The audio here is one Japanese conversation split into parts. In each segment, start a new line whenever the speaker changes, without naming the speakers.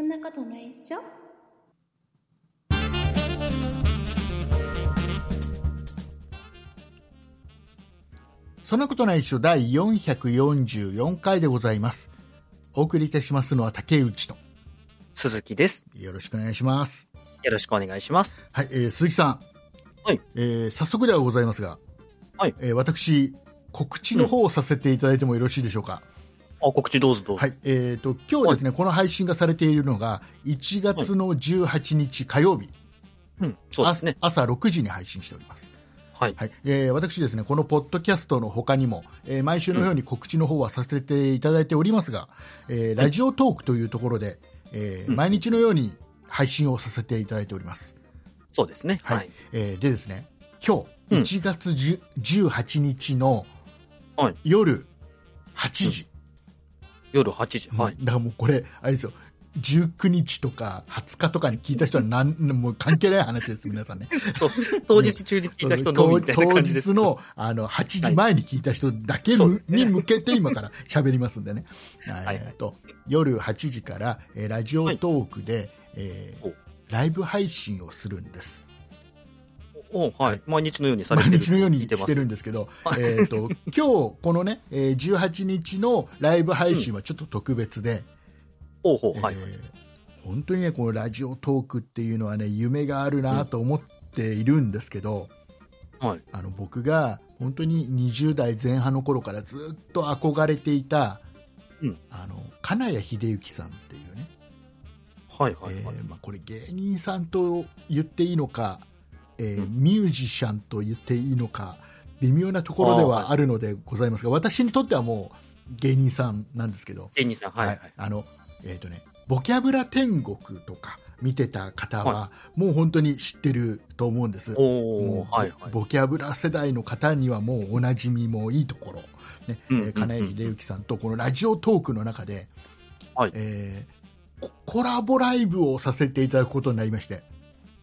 んなことないっしょ
そんなことないっしょ第444回でございます。お送りいたしますのは竹内と。
鈴木です。
よろしくお願いします。
よろしくお願いします。
はい、えー鈴木さん。
はい。
えー早速ではございますが。
はい。
えー私、告知の方をさせていただいてもよろしいでしょうか。
あ、告知どうぞどうぞ。
はい。えっ、と、今日ですね、この配信がされているのが、1月の18日火曜日、
うん、そうですね。
あ朝6時に配信しております。
はい。
はいえー私ですね、このポッドキャストの他にも、えー毎週のように告知の方はさせていただいておりますが、えーラジオトークというところで、えー
うん
毎日のように配信をさせていただいております。
そうですね。
はい
はい。
えーでですね、今
うん
日、1月10 18日の
はい
夜8時。
夜8時。はい。
だからもうこれ、あれですよ。19日とか20日とかに聞いた人はなんもう関係ない話です、皆さんね。
当日中に聞いた人のみみたいな
当
感じです。
日のあの8時前に聞いた人だけむ、
はいそうですね
に向けて今から喋りますんでね、
いはい
えーと夜8時から、えーラジオトークで、えー
お
ライブ配信をするんです
おおはい。毎日のようにされ
毎
てる。
日のように
聞いて
し
ま
て
す。
るんですけど、えー、と今日このね、えー18日のライブ配信はちょっと特別で、
ほうほう。はい
え。ー本当にねこのラジオトークっていうのはね夢があるなと思っているんですけど、
はい。
あの僕が本当に20代前半の頃からずっと憧れていた、
うん
あの金谷秀幸さんっていうね、
はい。はい。はい
えーまあ、これ芸人さんと言っていいのか、えーミュージシャンと言っていいのか微妙なところではあるのでございますが、私にとってはもう芸人さんなんですけど、
芸人さん。はい。はい。
あのえーとね、ボキャブラ天国とか見てた方は、
は
もう本当に知ってると思うんです。
お
も
ー
う
はい。はい。
ボキャブラ世代の方にはもうおなじみもいいところ、ねえ
うん
ー金井秀幸さんとこのラジオトークの中で、
はい
えーココラボライブをさせていただくことになりまして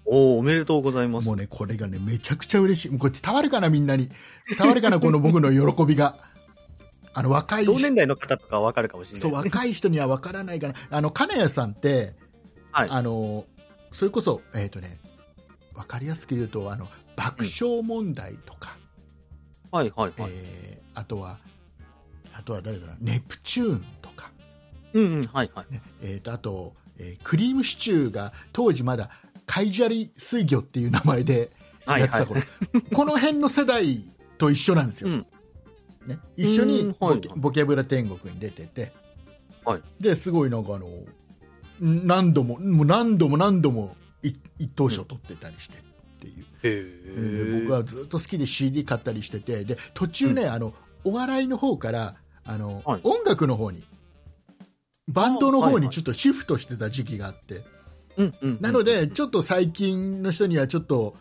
おーおめでとうございます
もう。ねこれがねめちゃくちゃ嬉しいもうこれ伝わるかなみんなに伝わるかなこの僕の喜びがあの若い人
同年代の方とかはわかるかもしれな
そう
い。
若い人には分からないかなあの金谷さんって、
はい
あのそれこそ、えーとね、分かりやすく言うとあの爆笑問題とか。
はい。はい。はい。
えーあとは、あとは誰だろう、ネプチューンとか、
うんうん。はい。はい。
ねえーとあと、えークリームシチューが当時まだ、カイジャリ水魚っていう名前でやっ
はい。
て
は
た。
い
頃、この辺の世代と一緒なんですよ。
うん
ね、一緒
うん
にボ
はい
ケボキャブラ天国に出てて、
はい
ですごいなんかあの、何度も、もう何度も何度もい一等賞取ってたりしてっていう。
へ
で
ー
僕はずっと好きで CD 買ったりしててで途中ね、あのお笑いの方からあの、
はい
音楽の方にバンドの
あ
方
ーはいは
に
い
ちょっとシフトしてた時期があって、
うんうん。
なのでちょっと最近の人にはちょっと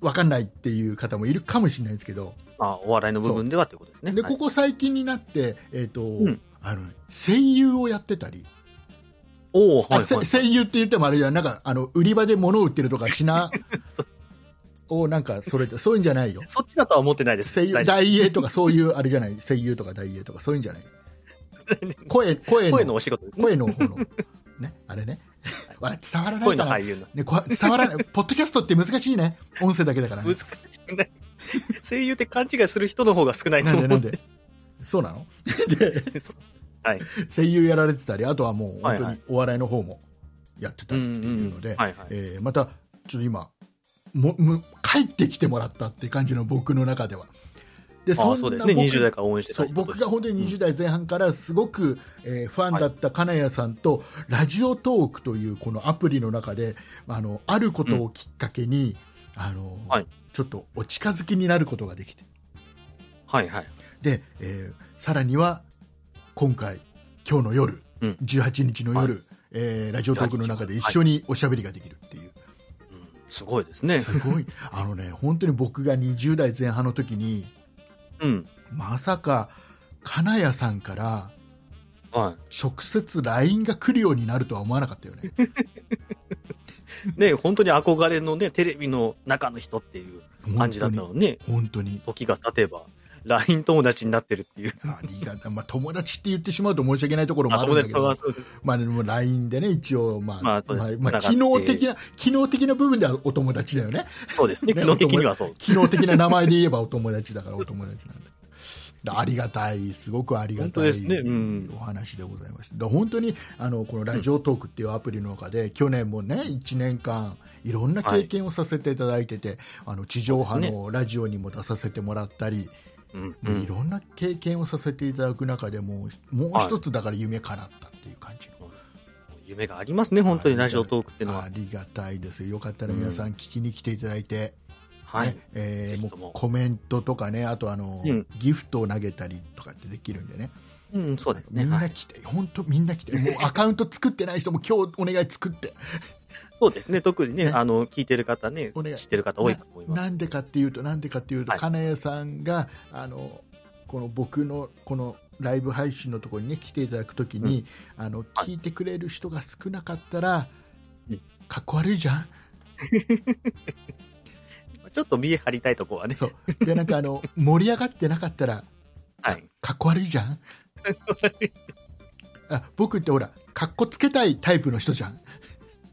分かんないっていう方もいるかもしれないですけど
あ、お笑いの部分ではということですね。
で
はい
ここ最近になって、えーと
ん
あのね声優をやってたり、
おー
あ
はい。
せ
はい。
声優って言ってもあれじゃんなんかあの売り場で物を売ってるとか 品をなんかそれてそういうんじゃないよ
そっちだとは思ってないです。
声優
大丈夫
大英とかそういうあれじゃない声優とか大英とかそういうんじゃない声声の
声のお仕事ですね。
声の方のねあれね わ伝わらない
声
か
の
な、
俳優の。
ね、こ伝わら ないポッドキャストって難しいね音声だけだから、ね
難、しくない。 声優って勘違いする人の方が少ない
な
と
ん
思
で
う。
なんでそうなの
はい。
声優やられてたりあとはもう
は
本
い
当
はい
にお笑いの方もやってたっていうので、
うんうんうんはいはい
えーまたちょっと今もも帰ってきてもらったっていう感じの僕の中ではで
ああ、そうですね。
僕
20代から応援して
そ
た
う
人と
僕
し
が
て。
本当に20代前半からすごく、えーファンだった金谷さんと、ラジオトークというこのアプリの中であのあることをきっかけに、あの
はい
ちょっとお近づきになることができて
はいはい。
で、えーさらには今回今日の夜、
うん
18日の夜、えーラジオトークの中で一緒におしゃべりができるっていう、
うんすごいですね。
すごい あのね本当に僕が20代前半の時に
うん。
まさか金谷さんから
は
直接 LINE が来るようになるとは思わなかったよね。
い。ね、本当に憧 れのね、テレビの中の人っていう感じだったのね。
本当に。
時が経てば、 LINE 友達になってるっていう。
ありがたいまあ、友達って言ってしまうと申し訳ないところもあ
あ、
るんだ
友達
け
と
ど
は、そうです
まあ、でも LINE でね、一応、まあ、
まあそう
ま
で
あ
す
まあ機能的な、機能的な部分ではお友達だよね。
そうですね。
ね
機能的にはそう。
機能的な名前で言えばお友達だからお友達なんだけど。ありがたい、すごくありが
本当
たい
ですね。うん。
お話でございました。だから本当にあのこのラジオトークっていうアプリの中で、去年もね1年間いろんな経験をさせていただいてて、あの地上波のラジオにも出させてもらったり、
うん。う
ねい
ん
ろんな経験をさせていただく中でもうもう一つだから夢叶ったっていう感じの。
夢がありますね、本当にラジオトークっていうの
あ
は。
りがたいですよよかったら皆さん聞きに来ていただいて、
はい
ね。えー
ぜひとも
もうコメントとかねあとあの、
うん
ギフトを投げたりとかってできるんでね
うん、そうです
み
ね。
ん
は。
ない来て、本当みんな来 てもうアカウント作ってない人も今日お願い作って
そうですね。特にね、
ね
あの、聞いてる方ね
お願い、
知ってる方多いと思います。
なんでかっていうとなんでかっていうと、
はい
金谷さんがあのこの僕のこのライブ配信のところに、ね、来ていただくときに、あの
はい
聞いてくれる人が少なかったら、
うん
かっこ悪いじゃん
ちょっと見え張りたいとこはね。
そうでなんかあの盛り上がってなかったら
はい。
かっこ悪いじゃ んあ僕ってほらかっこつけたいタイプの人じゃん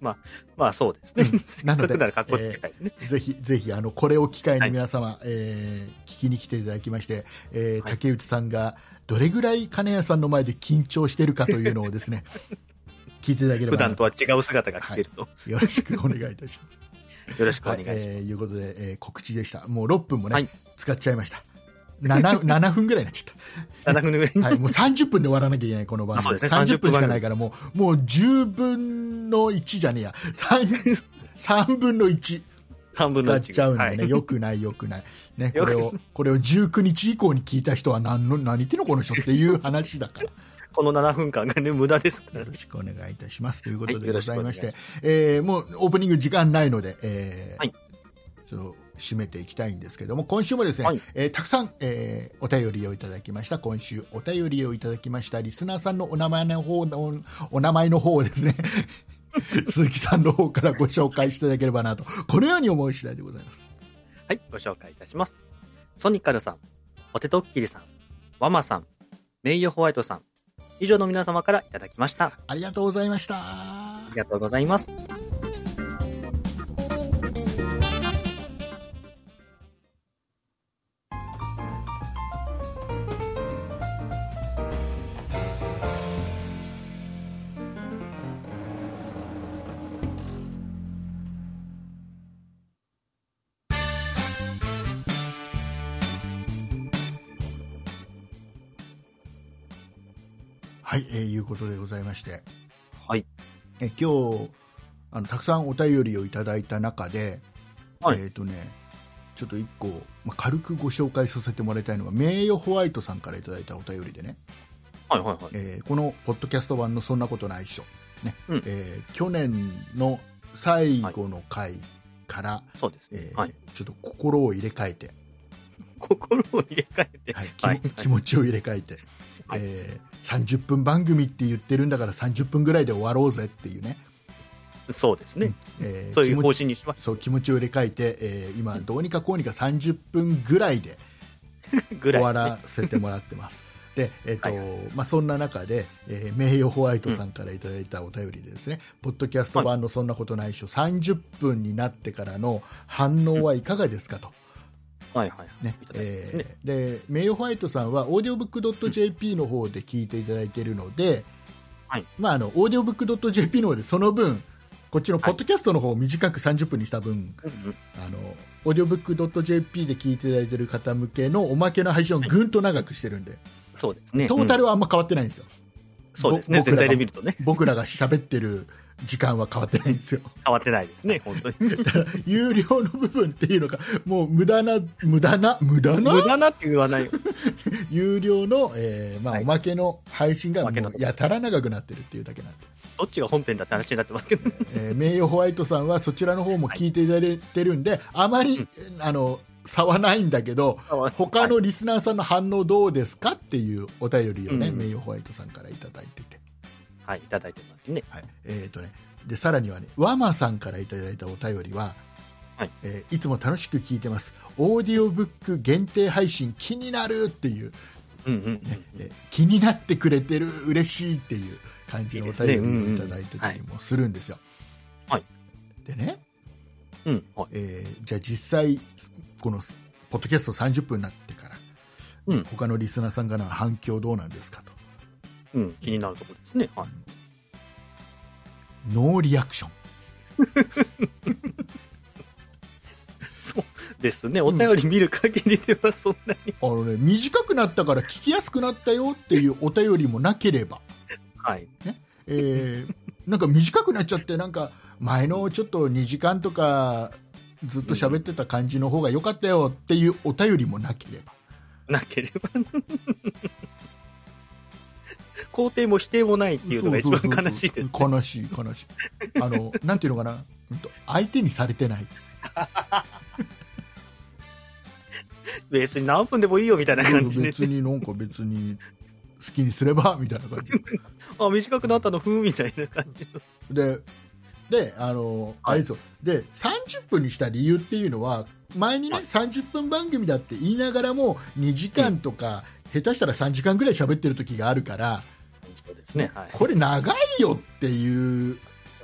まあそうですね。せっ
な
か
ので
くならかっこつけたいですね。
ぜひぜひあのこれを機会
は
に
い
皆様、えー聞きに来ていただきまして、えー
はい
竹内さんがどれぐらい金谷さんの前で緊張してるかというのをです ね聞いていただければ
普段とは違う姿が聞けると。
よろしくお願いいたします。
よ ろしくお
は
願
い
いします。
えーいうことで、えー告知でしたもう6分もね、
はい
使っちゃいました7 7分ぐらいになっちゃった
7分ぐらい に。
はい、もう30分で終わらなきゃいけない、この番
あそう
組。
ですね
30分しか
30
ないから、もう、もう10分の1じゃねえや。3, 3分の1
3分
使
の
っ
1。
ちゃうんでね。
はい
よくない、よくない。ね、こ
よく
れを、これを19日以降に聞いた人は何の、何言ってんのこの人っていう話だから。
この7分間がね、無駄ですから
よろしくお願いいたします。ということ
は
でご
いよろしく
ざ
お
い
願
ま
い
し、
してます
えーもうオープニング時間ないので、えー
はい
ちょっと締めていきたいんですけども、今週もですね、
はい
えーたくさん、えーお便りをいただきました。今週お便りをいただきました。リスナーさんのお名前の方の、お名前の方をですね、 鈴木さんの方からご紹介していただければなと、このように思う次第でございます。
はい、ご紹介いたします。ソニカルさん、ポテトッキリさん、ワマさん、メイヨホワイトさん、以上の皆様からいただきました。あ
ありがとうございました
り。がとうございます。
はい、えーいうことでございまして、
はい。
え今日あのたくさんお便りをいただいた中で、
はい
えっ、とねちょっと一個、まあ、軽くご紹介させてもらいたいのが名誉ホワイトさんからいただいたお便りでね、
はいはいはい。
えーこのポッドキャスト版の「そんなことないっしょ」ね
うん
えー去年の最後の回から、
そうですね。
えー
はい。
ちょっと心を入れ替えて、
心を入れ替えて。
はい気も
はい。
気持ちを入れ替えて、
はい
えー30分番組って言ってるんだから30分ぐらいで終わろうぜっていうね、
そうですね。
えー
そうい
気
う
持ち
方針にしま
そう気持ちを入れ替えて、えー今どうにかこうにか30分ぐらいです終
ぐらい。
わらせてもらって ます。で、えっ、と、
はい
まあそんな中で、えー名誉ホワイトさんからいただいたお便りでですね、ポッドキャスト版のそんなことないっしょ30分になってからの反応はいかがですかと。
はいはいはい。
ね
いただきますね
えーで名誉ホワイトさんはオーディオブックドット JP の方で聞いていただいているので、
はい
まあ、あのオーディオブックドット JP の方でその分こっちのポッドキャストの方を短く30分にした分、
うんうん
あのオーディオブックドット JP で聞いていただいている方向けのおまけの配信をぐんと長くしてるんで、
そうですね。
トータル
は。
はあんま変わってないんですよ、
そうですね。
ぼ僕ら
全
が
体で見るとね、
僕らが喋ってる時間は変わってないんですよ、
変わってないですね。本当に。
だから有料の部分っていうのが、もう無駄な、無駄な、無駄な
無駄なって言わない。
有料の、えーまあ
はい
おまけの配信が
お
も
まけの
うやたら長くなってるっていうだけなんで、
どっちが本編だって話になってますけど。
えー名誉ホワイトさんはそちらの方も聞いていただいてるんで、あまり、あの差はないんだけど 他のリスナーさんの反応どうですかっていうお便りをね、
うん
名誉ホワイトさんからいただいてて、
はい、いただいてますね。
はいえーとね、でさらにはねワマさんからいただいたお便りは、
はい
えーいつも楽しく聞いてますオーディオブック限定配信気になるっていう、
うんうんうんうん。
え気になってくれてる嬉しいっていう感じのお便りをいただいてたりもするんですよ。
はい
でね、
うん、はい。
えーじゃあ実際このポッドキャスト30分になってから、
うん
他のリスナーさんからの反響どうなんですかと
うん、気になるところですね。はい。
ノーリアクション
そうですね。お便り見る限りではそんなに。
あの、ね、短くなったから聞きやすくなったよっていうお便りもなければ、
はい。
え ーなんか短くなっちゃってなんか前のちょっと2時間とかずっと喋ってた感じの方が良かったよっていうお便りもなければ
なければ。 肯定も否定もないっていうのが一
そうそうそうそう
番悲しいです。
悲しい悲しいあのなんていうのかなうんと相手にされてない
別に何分でもいいよみたいな感じで、
別になんか別に好きにすればみたいな感じ
あ、短くなったの、ふーみたいな感じの。
でであのあれですよで30分にした理由っていうのは前にね、
はい
30分番組だって言いながらも2時間とか、下手したら3時間ぐらい喋ってる時があるから
そうですね。はい。
これ長いよっていう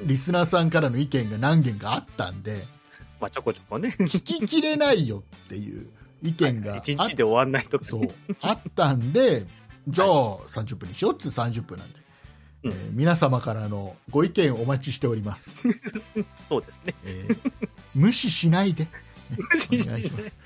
リスナーさんからの意見が何件かあったんで
まあ、ちょこちょこね。
聞ききれないよっていう意見があっ
一日で終わんないとか、ね。
そうあったんでじゃあ30分にしようっつって30分なんで、
うん
えー皆様からのご意見お待ちしております、
そうですね。
えー無視しないで
無視
お
しな
願
い
いします、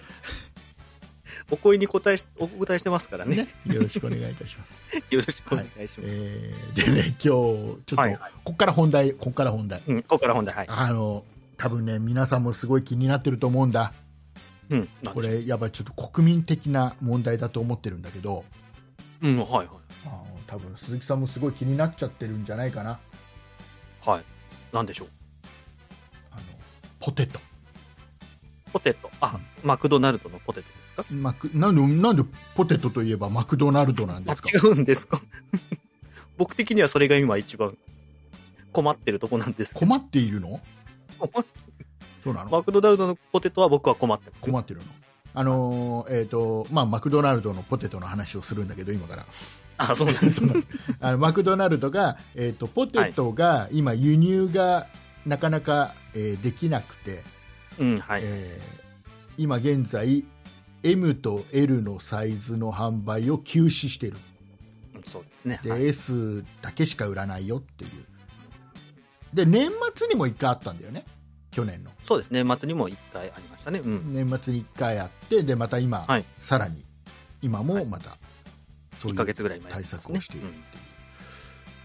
お声に答えし、お答えしてます からね。
ね、よろしくお願いいたします、
よろしくお願いします。
えーでね今日ちょっと、
はい
ここから本題ここから本題
うん、ここから本題、はい。
あの多分ね皆さんもすごい気になってると思うんだ
うん、なんでしょう
こ。れやっぱちょっと国民的な問題だと思ってるんだけど
うん、はい、は。
あの多分鈴木さんもすごい気になっちゃってるんじゃないかない
はい。なんでしょう。
あのポテト
ポテト。あ、マクドナルドのポテトですか
マクなんでなんでポテトといえばマクドナルドなんですか
あ違うんですか 僕的にはそれが今一番困ってるとこなんですけど
困っているの
困っ
そうなの
マクドナルドのポテトは僕は困ってます
困ってるのあのーえっ、とまあマクドナルドのポテトの話をするんだけど今 から
あそうなんです
あのマクドナルドが、えー、とポテトが今輸入がなかなか、えーできなくて、
うんはい、
えー今現在 M と L のサイズの販売を休止してる
うんそうですね
で、
はい
S だけしか売らないよっていうで年末にも1回あったんだよね去年の
そうですね末にも1回ありましたねうん
年末に1回あってでまた今、
はい
さらに今もまた、そう
1
い
ヶ
う
月ぐらい前
対
ですね
策をしているっ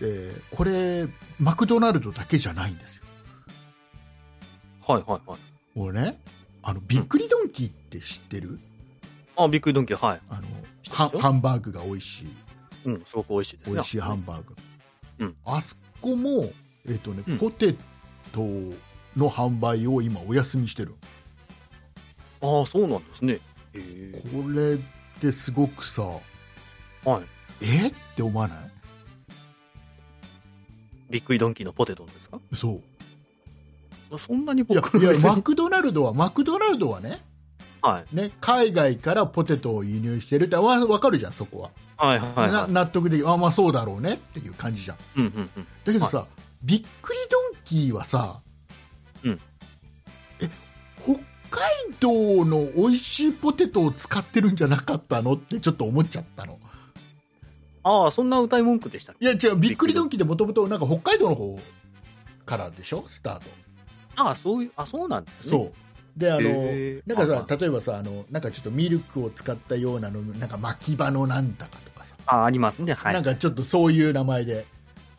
ていう、でこれマクドナルドだけじゃないんですよ
うんはいはいはい
俺ねあのびっくりドンキーって知ってる、
あびっくりドンキーはい
あの
知って
ハ
ます
ン
よ
ハンバーグが美味しい
うんすごく美味しいですね
美味しいハ
はい
ンバーグ、
うん
あそこも、えっとね
うん
ポテトの販売を今お休みしてる
ああそうなんですねへ
これってすごくさ
えはい
えって思わない
びっくりドンキーのポテトですか
そう
そんなに
いや
僕
いや
別に
マクドナルドはマクドナルドはね
はい
ね海外からポテトを輸入してるってわ分かるじゃんそこは、
はいはいは
ない納得できるあまあそうだろうねっていう感じじゃん
うんうんうん
だけどさ、びっくりドンキーはさ、
うん
え北海道の美味しいポテトを使ってるんじゃなかったのってちょっと思っちゃったの
ああそんな歌い文句でしたっけ
いや違うびっくりドンキーってもともとなんか北海道の方からでしょスタート、
ああそういうあそうなんですね
そうであの、
へー
なんか
はいは
さ
い
例えばさあのなんかちょっとミルクを使ったようなのなんか巻き場のなんだかとかさ、
あありますねはい
なんかちょっとそういう名前で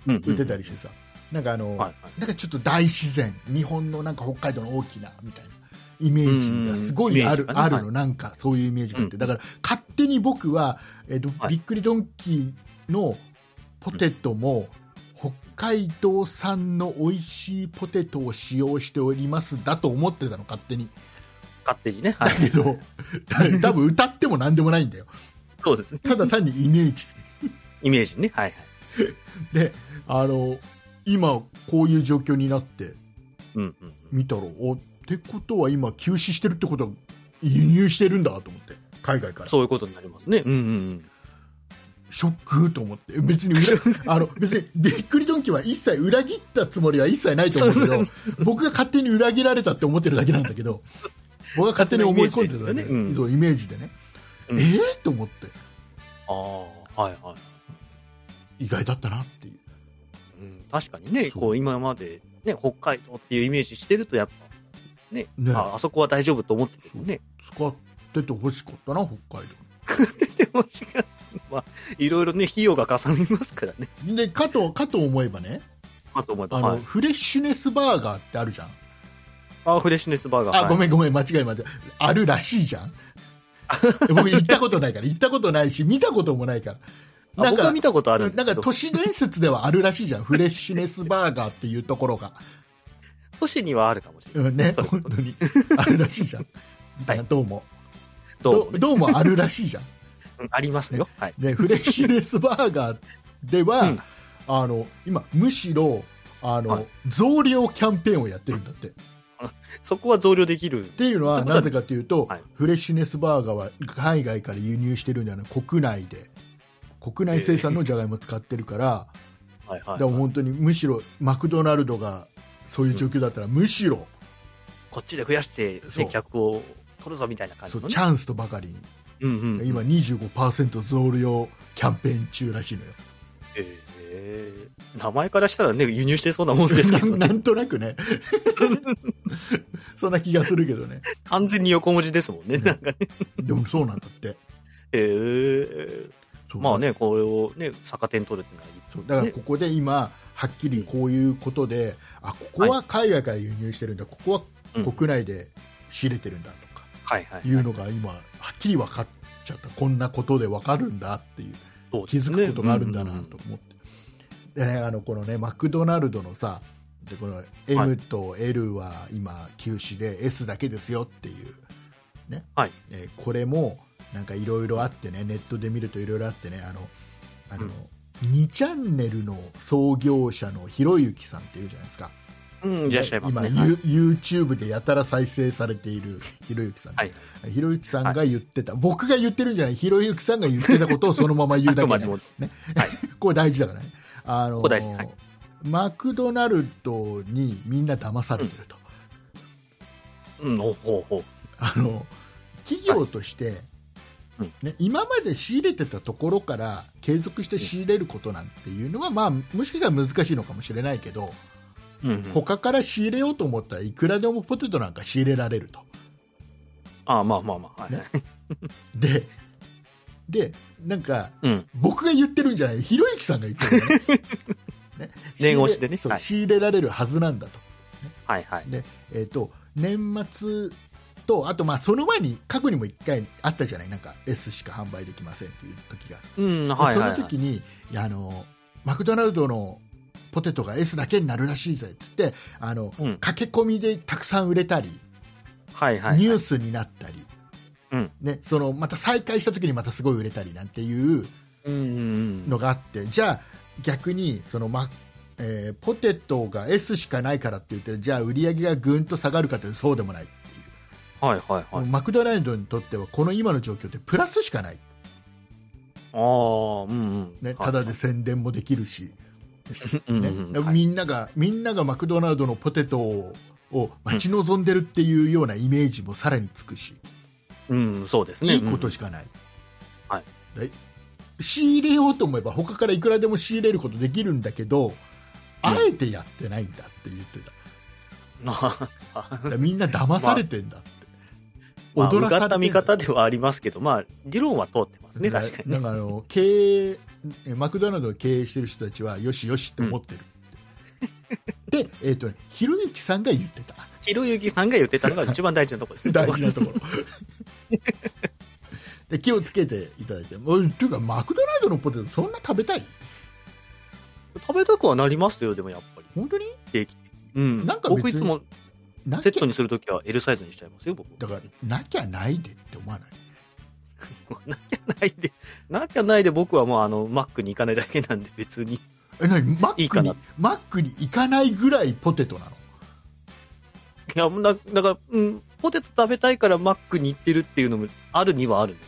うんうん
売ってたりしてさ、なんかあの、
はいはい
なんかちょっと大自然日本のなんか北海道の大きなみたいなイメージがすごいある,、
うんうんイメージがね
あるの、なんかそういうイメージがあって、
うん
だから勝手に僕は、えっと
はい
びっくりドンキーのポテトも、北海道産の美味しいポテトを使用しておりますだと思ってたの勝手に
勝手にね、は
だ
い、
けど、だ多分歌っても何でもないんだよ
そうですね
ただ単にイメージ
イメージねはいはい
であの今こういう状況になって
うんうんうん
見たろおってことは今休止してるってことは輸入してるんだと思って海外から
そういうことになりますね。うんうんうん。
ショックと思って別に裏 あの別にびっくりドンキーは一切裏切ったつもりは一切ないと思うけど僕が勝手に裏切られたって思ってるだけなんだけど僕が勝手に思い込んでるだけ
勝手なイメージだよねうん
そうイメージでね、
うん
えー、と思って
ああ、はいはい。
意外だったなっていう
うん、確かにね、
そう
こう今まで、ね、北海道っていうイメージしてると、やっぱ、ね
ね
あ、あそこは大丈夫と思っててもね、
使っててほしかったな北海
でも違う、まあ、いろいろね、費用がかさみますからね、
道でかとかと思えばね
あと思えば、
あの、
はい、
フレッシュネスバーガーってあるじゃん
あフレッシュネスバーガー、
あ、
はい
ごめんごめん間違い間違いあるらしいじゃん 僕行ったことないから行ったことないし見たこともないから
あ僕は見たことあるん
な
だ
ん
け
か
ど、
都市伝説ではあるらしいじゃん、フレッシュネスバーガーっていうところが、
都市にはあるかもしれ
う
ない。
んね、
そう
本当にあるらしいじゃん、
はい
どうも
どうも
ど
ね、
どうもあるらしいじゃん、
うんありますよ、はい。
でフレッシュネスバーガーでは、
うん
あの今、むしろあの、
はい
増量キャンペーンをやってるんだって。っ
そこは増量できる
ていうのは、なぜかというと、
はい
フレッシュネスバーガーは海外から輸入してるんじゃない国内で、国内生産のじゃがいもを使ってるから。
はいはい
でも本当にむしろマクドナルドがそういう状況だったらむしろ
こっちで増やして、
そ
ね
う、
客を取るぞみたいな感じ
そう
の
チ
ね。
ャンスとばかりに
うんうん、
今25%増量キャンペーン中らしいのよ
えー名前からしたらね、輸入してそうなもんですけど、
ななんとなく ねそんな気がするけどね
完全に横文字ですもんね、なんかね。
でもそうなんだって
えー
そう
まあね、これをね、逆転取るってのはいい
そうだからここで今はっきりこういうことであここは海外から輸入してるんだここ
うん
は国内で仕入れてるんだとか
はいはい
いうのが今はっきり分かっちゃったこんなことで分かるんだっていう
そう
気
です
づ
ね
くことがあるんだな
う
と思って、でねあのこのねマクドナルドのさでこの M と L は今休止で S だけですよっていう、ね
はい
えーこれもなんかいろいろあってねネットで見るといろいろあってねあのあの、
うん
2チャンネルの創業者のひろゆきさんっていうじゃないですか
うんうん、いらっしゃいます
今、
ね。
ユ
はい
YouTube でやたら再生されているひろゆきさん、
はい
ひろゆきさんが言ってた、僕が言ってるんじゃないひろゆきさんが言ってたことをそのまま言うだ
あ
け
くま
で
でも
これ大事だからね。あの
ここ大事はい
マクドナルドにみんな騙されてると、
うん、ほうほうほう。
あの企業として、
うん
ね、今まで仕入れてたところから継続して仕入れることなんていうのは、まあ、もしかしたら難しいのかもしれないけど、
うんうん
他から仕入れようと思ったらいくらでもポテトなんか仕入れられると。
ああ、まあまあまあ。はい
ねででなんか
うん。
僕が言ってるんじゃないひろゆきさんが言ってる のねね
念押しでね
そう
はい
仕入れられるはずなんだと
はいはい。
で、えー、と年末とあとまあその前に過去にも1回あったじゃないなんか S しか販売できませんっていう時が、
うん、はいはい、
その
はい
時。にいやあのマクドナルドのポテトが S だけになるらしいぜっつってあの、
うん
駆け込みでたくさん売れたり、
はいはいはい。
ニュースになったり、
うん
ね、そのまた再開した時にまたすごい売れたりなんていう
うんうん
のがあってじゃあ逆にその、まえーポテトが S しかないからって言ってじゃあ売り上げがぐんと下がるかというとそうでもないっていう。
うん。はいはいはい。
マクドナルドにとってはこの今の状況ってプラスしかない、
ああ、うんうん。
ね、ただで宣伝もできるし、
うんうん
ね
うんはい
みんながみんながマクドナルドのポテトをを待ち望んでるっていうようなイメージもさらにつくし、
うん、そうですね。
いいこと
うん
しかない、
はい
で仕入れようと思えば他からいくらでも仕入れることできるんだけどあえてやってないんだって言ってた、
まあ、
だからみんな騙されてんだって、
まあ、う
踊ら
が
さ
った
れて
見
んだ
方ではありますけど、まあ、理論は通ってますね、
だ
確かに
な
ね。
んかあの経営 えマクドナルドを経営してる人たちはよしよしって思ってる って、で、えーとね、ひろゆきさんが言ってた
ひろゆきさんが言ってたのが一番大事なところですね。
大事なところ で気をつけていただいてうんというかマクドナルドのポテトそんな食べたい
食べたくはなりますよ、でもやっぱり。
本当に
うん。
なんか別に
僕いつも
なき
セ
ゃ
ットにするときは L サイズにしちゃいますよ、僕。
だからなきゃないでって思わない
なきゃないで、なきゃないで僕はもうあの、マックに行かないだけなんで別に。
え何マッ
いい
ク
か
に
な
マックに行かないぐらいポテトなの
いや、だだから、うん、ポテト食べたいからマックに行ってるっていうのもあるにはあるんで、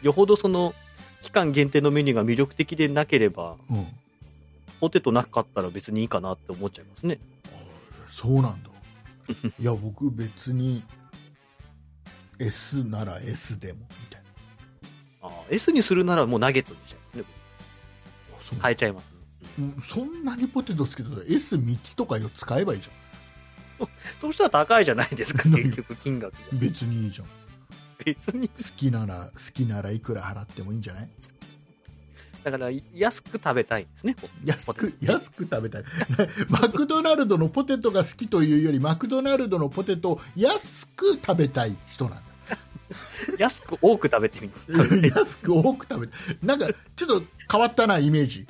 よほどその、期間限定のメニューが魅力的でなければ、
うん、
ポテトなかったら別にいいかなって思っちゃいますね。
そう なんだいや僕別に S なら S でもみたいな
あー S にするならもうナゲットにしちゃいますね。
そ,、
変えちゃいます、
うんそんなにポテト好きだったら S3 つとか4つ買えばいいじ
そうしたら高いじゃないで すか、
何
結局金額が。
ゃん別にいいじゃん好
別に。
きなら好きならいくら払ってもいいんじゃない
だから、安く食べたいんですね。
安く安く食べたい マクドナルドのポテトが好きというよりマクドナルドのポテトを安く食べたい人なんだ
安く多く食べてみて。
安く多く食べてなんかちょっと変わったなイメー ジ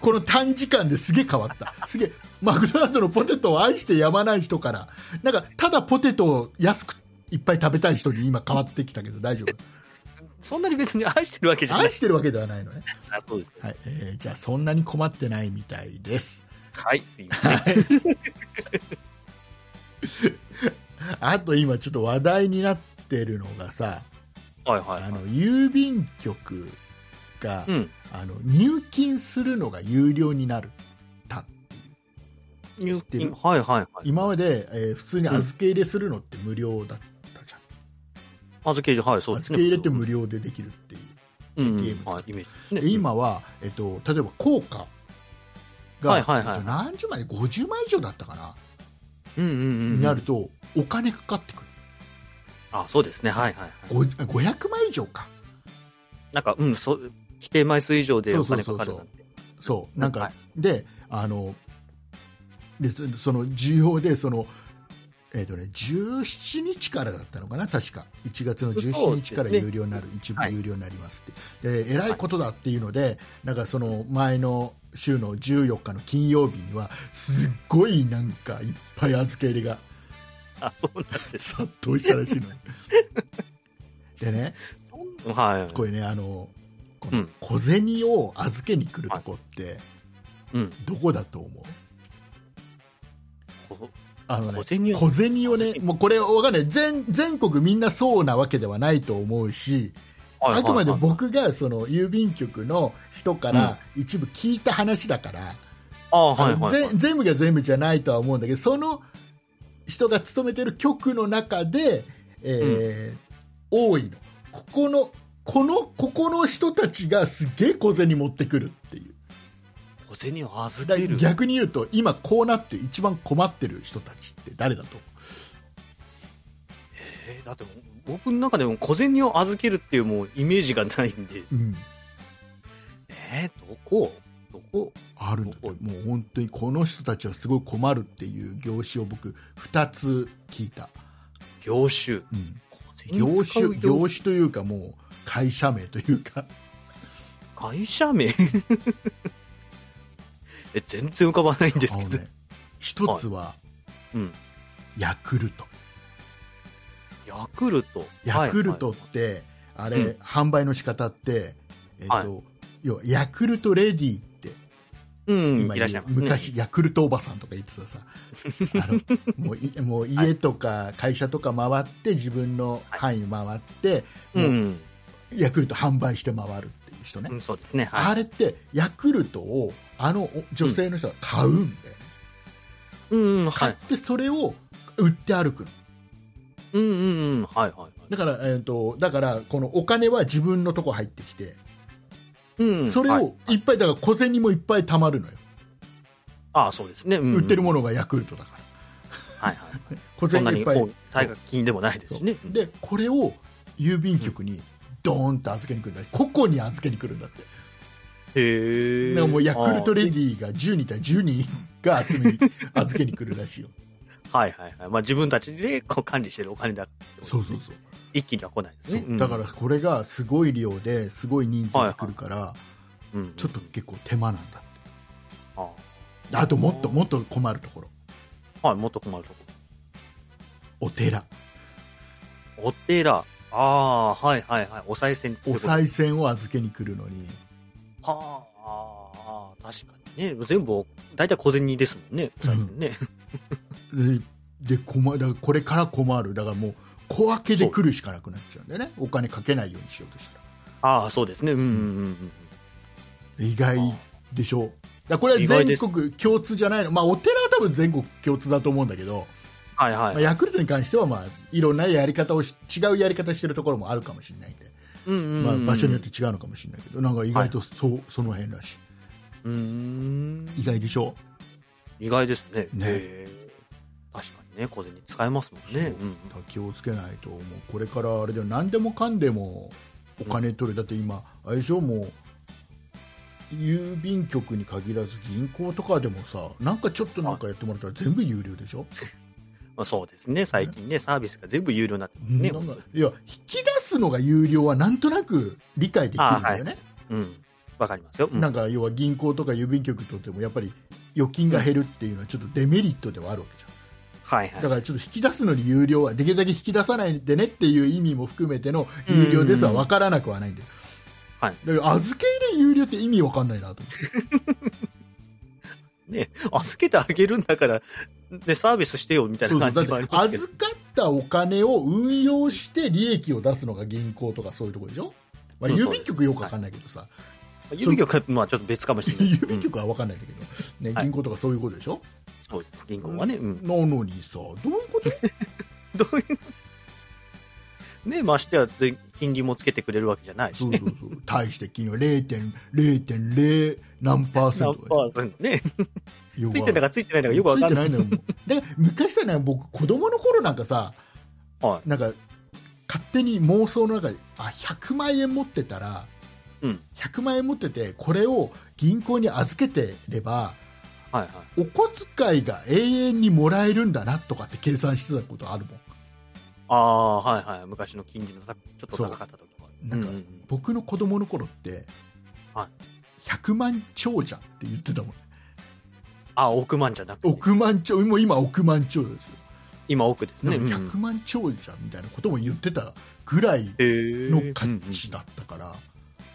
この短時間ですげえ変わったすげえマクドナルドのポテトを愛してやまない人からなんかただポテトを安くいっぱい食べたい人に今変わってきたけど大丈 夫
そんなに別に愛してるわけじゃない
愛。してるわけではないのね、
あそうです。
はいえーじゃあそんなに困ってないみたいです
はい、すいません。
あと今ちょっと話題になってるのがさ
はいはい
あ
はい
の。郵便局が、
うん。
あの入金するのが有料になる
入
てる
金。はいはいはい。
今まで、えー普通に預け入れするのって無料だったじゃん、
預け入れ、はい、そうです
預
ね。
け入れって無料でできるっていう
うんうん
ゲーム
はい、イメージですね。
で今は、えっと、例えば硬貨が、
はいはいはい
えっと何十枚50枚以上だったかな、
うんうんうんうん。
になるとお金かかってくる
あ、そうですね。はいはいはい。
ご500枚以上か
なんか、うん、そう、規定枚数以上でお金かかるなんて。
そうなんか、
はい
であのでそその需要でそのえっとね、17日からだったのかな、確か1月の17日から
そうですね
有料になる、一部
はい
有料になりますって、でえらいことだっていうので、なんかその前の週の14日の金曜日には、すっごいなんかいっぱい預け入れが
あ、そうなんです。
殺到したらしい のよでね、
はい。
これね、あのこ
う
の
ん
小銭を預けに来るとこって、
うん。
どこだと思う
こ
あのね
小銭を
小銭をね
小、銭
もうこれ、わかんない全、全国みんなそうなわけではないと思うし、
はい
あくまで
はいはい
僕がその郵便局の人から一部聞いた話だから、
あ、はいはい
ぜ
はい。
ん全部が全部じゃないとは思うんだけど、その人が勤めてる局の中で、えー多いの、ここの、この、ここの人たちがすげえ小銭持ってくるっていう。
小銭を預
だか
け
ら
る。
逆に言うと、今こうなって一番困ってる人たちって誰だと思う
えーだってもう僕の中でも小銭を預けるっていうもうイメージがないんで。
うん
えー、どこどこ
あるんだってもう本当にこの人たちはすごい困るっていう業種を僕2つ聞いた、
業種。
うん
小銭
業
を使う
種業種というかもう会社名というか
会社名 え、全然浮かばないんです
あ
け
の
ど。
ね一つは
うん。
ヤクルト、
ヤクルト。
ヤクルトっ
はい
て、あれ、
うん
販売の仕方って、えっと
はい
要はヤクルトレディって
はいうん、
今言
い
う
らっしゃいますね。
昔ヤクルトおばさんとか言って たさあのもういもう家とか会社とか回って自分の範囲回って、
う、
もうんヤクルト販売して回るっていう人ね、
うん、そうですね。はい。
あれってヤクルトをあのお女性の人が買うんだよね、
うん、は
買っ
い。
てそれを売って歩くの
うん、うん、うん、はい、はい。
だから、えー、とだからこのお金は自分のとこ入ってきて、
うん、
それ
はい
をいっぱいだから小銭もいっぱい貯まるのよ、
ああ、そうですね。うん
売ってるものがヤクルトだから
はい、 はい。
小
そ
銭
んな
がい
に
っぱい
大額金でもないですしね。
そうでこれを郵便局にドーンと預けに来るんだ個々に預けに来るんだって
へえ。
だからもうヤクルトレデ
ィ。
ィが10人対10人が集め に預けに来るらしいよ
はい、はい、はい。まあ自分たちでこう管理してるお金だから。
そうそうそう
一気には来ないです
そう
ね。うん
だから、これがすごい量ですごい人数が来るから、
うん、
ちょっと結構手間なんだっ
あ
てあともっともっと困るところ
あ。はい、もっと困るとこ
お寺
ろ。お寺。ああ、はい、はい、はい。お賽銭ってこ
お
と
賽銭を預けに来るのに
はあ、ああ確かにね。全部、大体小銭ですもんね、お賽銭ね。
でで困だからこれから困るだからもう小分けで来るしかなくなっちゃうんでねお金かけないようにしようとしたら
ああ、そうですね。うんうんうんうん。
意外でしょうだからこれ
意外
は全
です
国共通じゃないのまあお寺は多分全国共通だと思うんだけど、
はいはい。
まあ、ヤクルトに関してはまあいろんなやり方をし違うやり方してるところもあるかもしれないんで、
うんうんうん
まあ、場所によって違うのかもしれないけどなんか意外とそう、その辺らし
うーん
い意外でしょ
意外ですね。
ね
へー確かにね、小銭使えますもんね。うんうん
だから気をつけないともうこれからあれだよ何でもかんでもお金取るだって今あれでしょもう郵便局に限らず銀行とかでもさなんかちょっとなんかやってもらったら全部有料でしょ、
まあ、そうですね、最近ね、サービスが全部有料になってますね。
なんかいや引き出すのが有料はなんとなく理解できるんだよね、
うん。わかりますよ。うん
なんか要は銀行とか郵便局とってもやっぱり預金が減るっていうのはちょっとデメリットではあるわけじゃん
はいはい
だ。からちょっと引き出すのに有料はできるだけ引き出さないでねっていう意味も含めての有料ですは分からなくはないんです、
はい
だから預け入れ有料って意味分かんないなと思って
ね、預けてあげるんだから、ね、サービスしてよみたい
そうそ
な
うだ
感
っ
じもあり
て
ますけど。
預かったお金を運用して利益を出すのが銀行とかそういうところでしょ、まあ、
そうそう
郵便局よく分かんないけどさ、
郵便局は、まあ、ちょっと別かもしれない。
郵便
うん
局は分かんないんだけど、ね
はい
銀行とかそういうことでしょ、
そうです銀行はね、うん。
なのにさどういうこと
どういう。ね、ましてや、全金利もつけてくれるわけじゃないし
そう
ね。
そうそう 大して金利0.0.0何パーセン
何
ト
パーセントね。
要は
ついてんだかついてないんだかよくわかんない。
ついてないのよもうで昔はね僕子供の頃なんかさ
は
なんか勝手に妄想の中であ100万円持ってたら、
うん
100万円持っててこれを銀行に預けてれば
い。はいはい。
お小遣いが永遠にもらえるんだなとかって計算してたことあるもん
ああ、はいはい。昔の金利の高ちょっと高かった時は。
なんか
うう
僕の子供の頃って、
は
100万長者って言ってたもん
あ、億万じゃなくて、
億万長もう今億万長者ですよ
今億ですね。
でも100万長者みたいなことも言ってたぐらいの
の
価値だったから、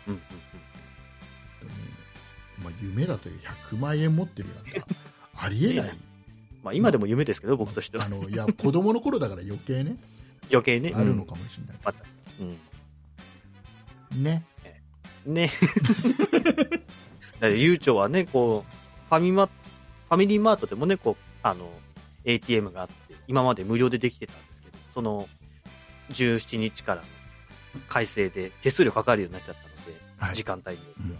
うんうん
うんまあ、夢だという100万円持ってるなんてあありえない
ねまあ、今でも夢ですけど、僕としては
あ。のいや子供の頃だから余計ね
余計ね。
あるのかもしれない、
うん。
ね
うん ね。だから悠長はね、こう、ファミマ、ファミリーマートでもね、こう、あの、ATM があって、今まで無料でできてたんですけど、その、17日からの改正で手数料かかるようになっちゃったので、
はい
時間帯によっては
うん
も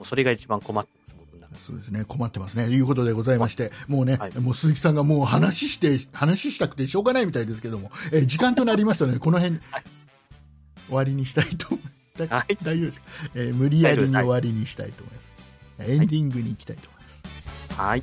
うそれが一番困ってます、僕の中で。
そうですね困ってますねということでございましてもうね、
はい
もう鈴木さんがもう話して話したくてしょうがないみたいですけども、えー時間となりましたのでこの辺、終わりにしたいと 思います、
はい
大丈夫ですか、えー無理やりに
大丈夫ですはい
終わりにしたいと思います、エンディングに行きたいと思います、
はい。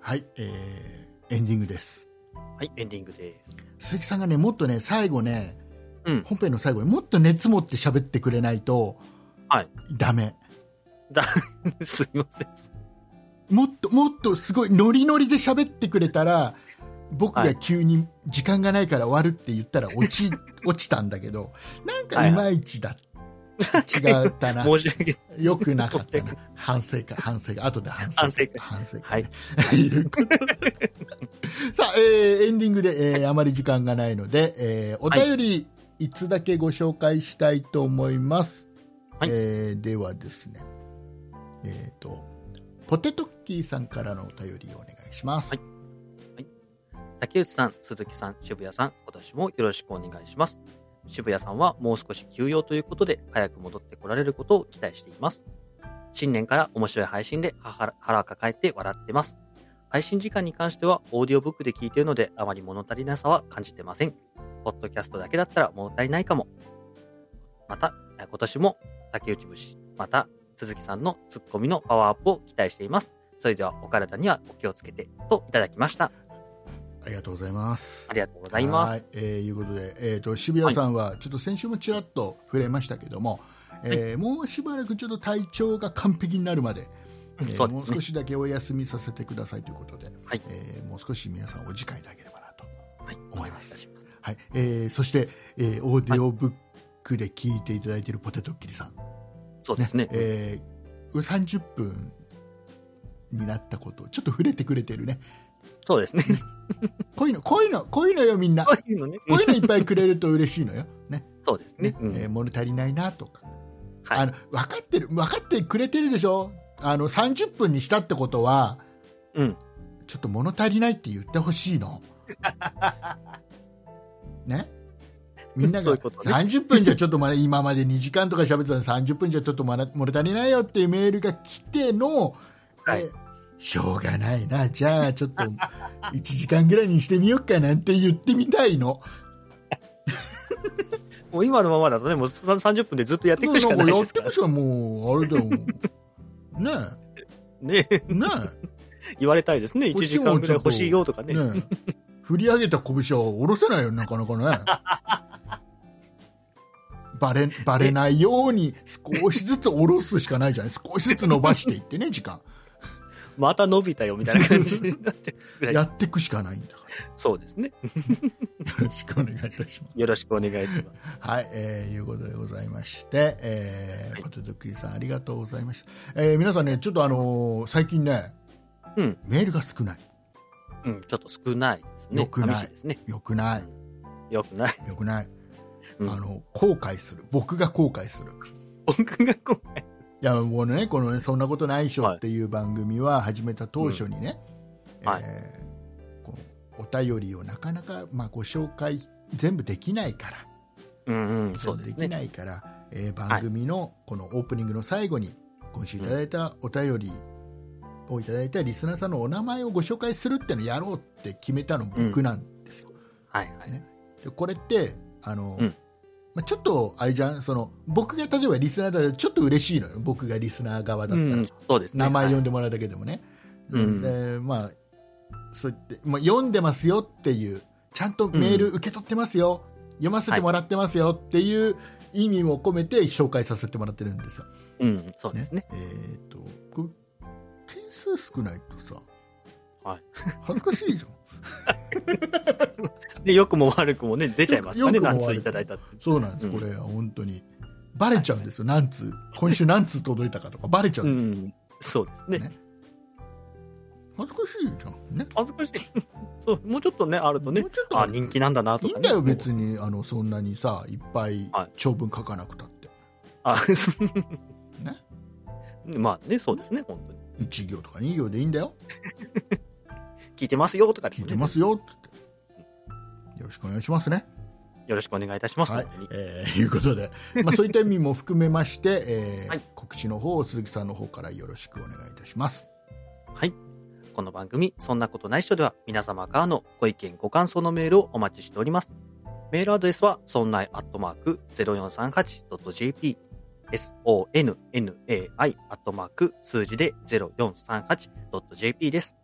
はい、えーエンディングです
はい、エンディングです。
鈴木さんがねもっとね最後ね、
うん
本編の最後にもっと熱持って喋ってくれないと、
はい
ダメ
だ、すい ません。
もっともっとすごいノリノリで喋ってくれたら僕
は
が
い
急に時間がないから終わるって言ったら落ち 落ちたんだけどなんかいまいちだ、違った な
申し訳ない。
よくなかったな反省会反省会後で反省
反省会
反省
はい。
という ことでさあ、えーエンディングで、えーあまり時間がないので、えーお便り、い、つだけご紹介したいと思います。
はい
えーではですね、えっ、と、ポテトッキーさんからのお便りをお願いします。
はい竹内さん、鈴木さん、渋谷さん、今年もよろしくお願いします。渋谷さんはもう少し休養ということで、早く戻ってこられることを期待しています。新年から面白い配信で腹腹抱えて笑ってます。配信時間に関しては、オーディオブックで聞いているので、あまり物足りなさは感じてません。ポッドキャストだけだったら物足りないかも。また、今年も竹内節、また鈴木さんのツッコミのパワーアップを期待しています。それではお体にはお気をつけて、といただきました。
ありがとうございます
あ。りがとうございます。
はい、えーいうことで、えー、と渋谷さんはちょっと先週もちらっと触れましたけども、えーもうしばらくちょっと体調が完璧になるまで、えー
そうで
もう
すね
少。しだけお休みさせてくださいということで、
はい
えーもう少し皆さんお時間いただければなと、
はい、
思います
お願いいたします。
はいえーそして、えーオーディオブックで聞いていただいているポテトッキリさん、
そうですね。
えーこれ30分になったことちょっと触れてくれてるね
そうですね。
こういうのこういうのこういうのよみんな
こ
こ
ういうのね。
ういうのいっぱいくれると嬉しいのよ。ね
そうですね
ね。
うん
えー物足りないなとか、
は
あ
い。
の分かってる分かってくれてるでしょあの30分にしたってことは
うん。
ちょっと物足りないって言ってほしいの ねみんなが
そういうことね
30分じゃちょっとまだ今まで2時間とか喋ってたのに30分じゃちょっとまだ物足りないよっていうメールが来ての、
はい
えーしょうがないなじゃあちょっと1時間ぐらいにしてみようかなんて言ってみたいの
もう今のままだとね、もう30分でずっとやっていくしかない
もうや
で
っ
す
て
か
い
ら
くしかもうあれだよね
ね。
えねえ
言われたいですね。
こっ
1
ち
時
もちょっと
間ぐらい欲しいよとかね。
ねえ、振り上げた拳は下ろせないよねなかなかね バレバレないように少しずつ下ろすしかないじゃない少しずつ伸ばしていってね時 間
また伸びたよみたいな感じになっちゃうぐ らい。
やっていくしかないんだか
そうですね。
らよろしくお願いいたします
よろしくお願いします。
はい、えーいうことでございまして、えーポテトクリさんありがとうございました、えー皆さんねちょっとあのー最近ね、
うん
メールが少ない
うん、ちょっと少ないですね。
よくない
寂しいですね。
よくない
よくない。
よくない、
うん
あの後悔する僕が後悔する
僕が今回。
いやもうねこのね「そんなことないっしょ」っていう番組は始めた当初にね、
うんはい
えーこうお便りをなかなか、まあ、ご紹介全部できないから
うんうん、そうです
き
ね。
ないから、えー番組のこのオープニングの最後に今週いただいたお便りをいただいたリスナーさんのお名前をご紹介するってのをやろうって決めたの僕なんですよ。
はいはい。
ねでこれってあの、
うん
まあ、ちょっとあれじゃんその僕が例えばリスナーだとちょっと嬉しいのよ僕がリスナー側だ
う
ったら、
ん、そうですね。
名前呼
は
んでもらうだけでもね、
うん
でまあそう言って、まあ、読んでますよっていうちゃんとメール受け取ってますよ、読ませてもらってますよっていう意味も込めて紹介させてもらってるんですよ、
いうん、そうですね。
えー、とこれ件数少ないとさ、
はい
恥ずかしい じゃん
で、良くも悪くもね、出ちゃいますかね、
よくも悪く
何
も
通いただいたって。
そうなんです、
うん
これは本当にバレちゃうんですよ、何通今週何通届いたかとかバレちゃう
うん
ですよ、
ん、そうです
ね
ね。
恥ずかしいじゃんね
恥ずかしい。 そう、もうちょっとね、あるとね
もうちょっ、とあ
あ、
る
人気なんだなと
い
か
い
ね。
んだよ別にあのそんなにさいっぱい
はい
長文書かなくたって、
あ、 まあね、そうですね、本当に。
1行とか2行でいいんだよ
聞いてますよとかで
聞
も
い
ね
てますよっつってよろしくお願いしますね。
よろしくお願いいたします。
はい
本当に、
えー、いうことで、まあ、そういった意味も含めまして、えー
はい
告知の方を鈴木さんの方からよろしくお願いいたします。
はい。この番組、そんなことないっしょでは、皆様からのご意見、ご感想のメールをお待ちしております。メールアドレスは、そんないアットマーク 0438.jp、sonnai アットマーク数字で 0438.jp です。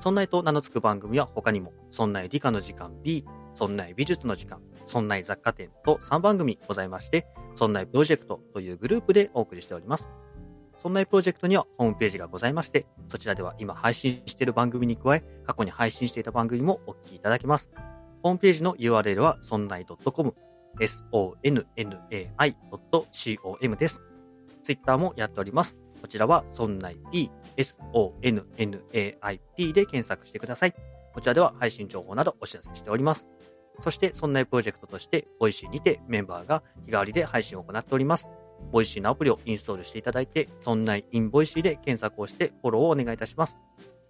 そんないと名の付く番組は他にも、そんない理科の時間 B、そんない美術の時間、そんない雑貨店と3番組ございまして、そんないプロジェクトというグループでお送りしております。そんなプロジェクトにはホームページがございまして、そちらでは今配信している番組に加え、過去に配信していた番組もお聞きいただけます。ホームページの URL はそんない .com、sonnai.com です。ツイッターもやっております。こちらはそんない p、sonnaip で検索してください。こちらでは配信情報などお知らせしております。そして、そんないプロジェクトとして、ボイシーにてメンバーが日替わりで配信を行っております。ボイシーのアプリをインストールしていただいて、そんなインボイシーで検索をしてフォローをお願いいたします。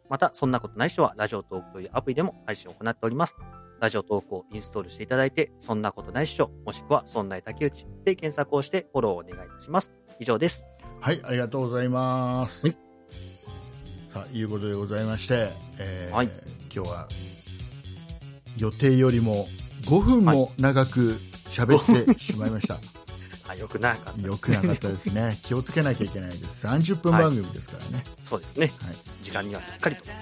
また、そんなことない人はラジオトークというアプリでも配信を行っております。ラジオトークをインストールしていただいて、そんなことない人、もしくはそんない竹内で検索をしてフォローをお願いいたします。以上です。
はい、ありがとうございます。
はい
さあ、いうことでございまして、えー
はい
今日は予定よりも5分も長く喋ってしまいました。
あ、よくなかった。
よくなかったです ね。気をつけなきゃいけないです。30分番組ですからね。
そうですね。
はい
時間にはしっかりと。
しっか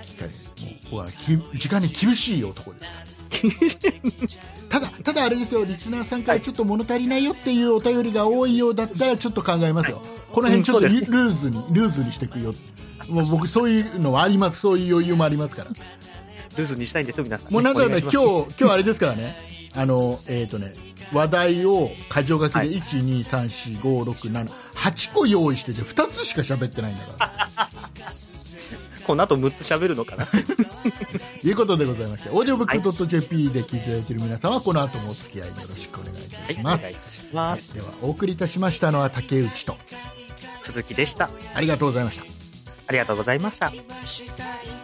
りもうはき時間に厳しい男です ただただあれですよリスナーさんからちょっと物足りないよっていうお便りが多いようだったらちょっと考えますよ、この辺ちょっと
うん
ル
そう
ルーズにルーズにしていくよもう僕そういうのはありますそういう余裕もありますから
ルーズにしたいんですよ、皆さん。
もうなんだろう
お願
ね
いし
今
ま
日
す
今日あれですからねあのえっ、とね話題を箇条書きで、
はい
1 2 3 4 5 6 7 8個用意してて2つしか喋ってないんだから
この後6つ喋るのかな。
ということでございまして、オーディオブックドット JP で聞いていただいている皆さんは、この後もお付き合いよろしくお願いいたし
お
ま
願
す。
いします。
では、お送りいたしましたのは竹内と、
鈴木でした。
ありがとうございました。
ありがとうございました。
今したい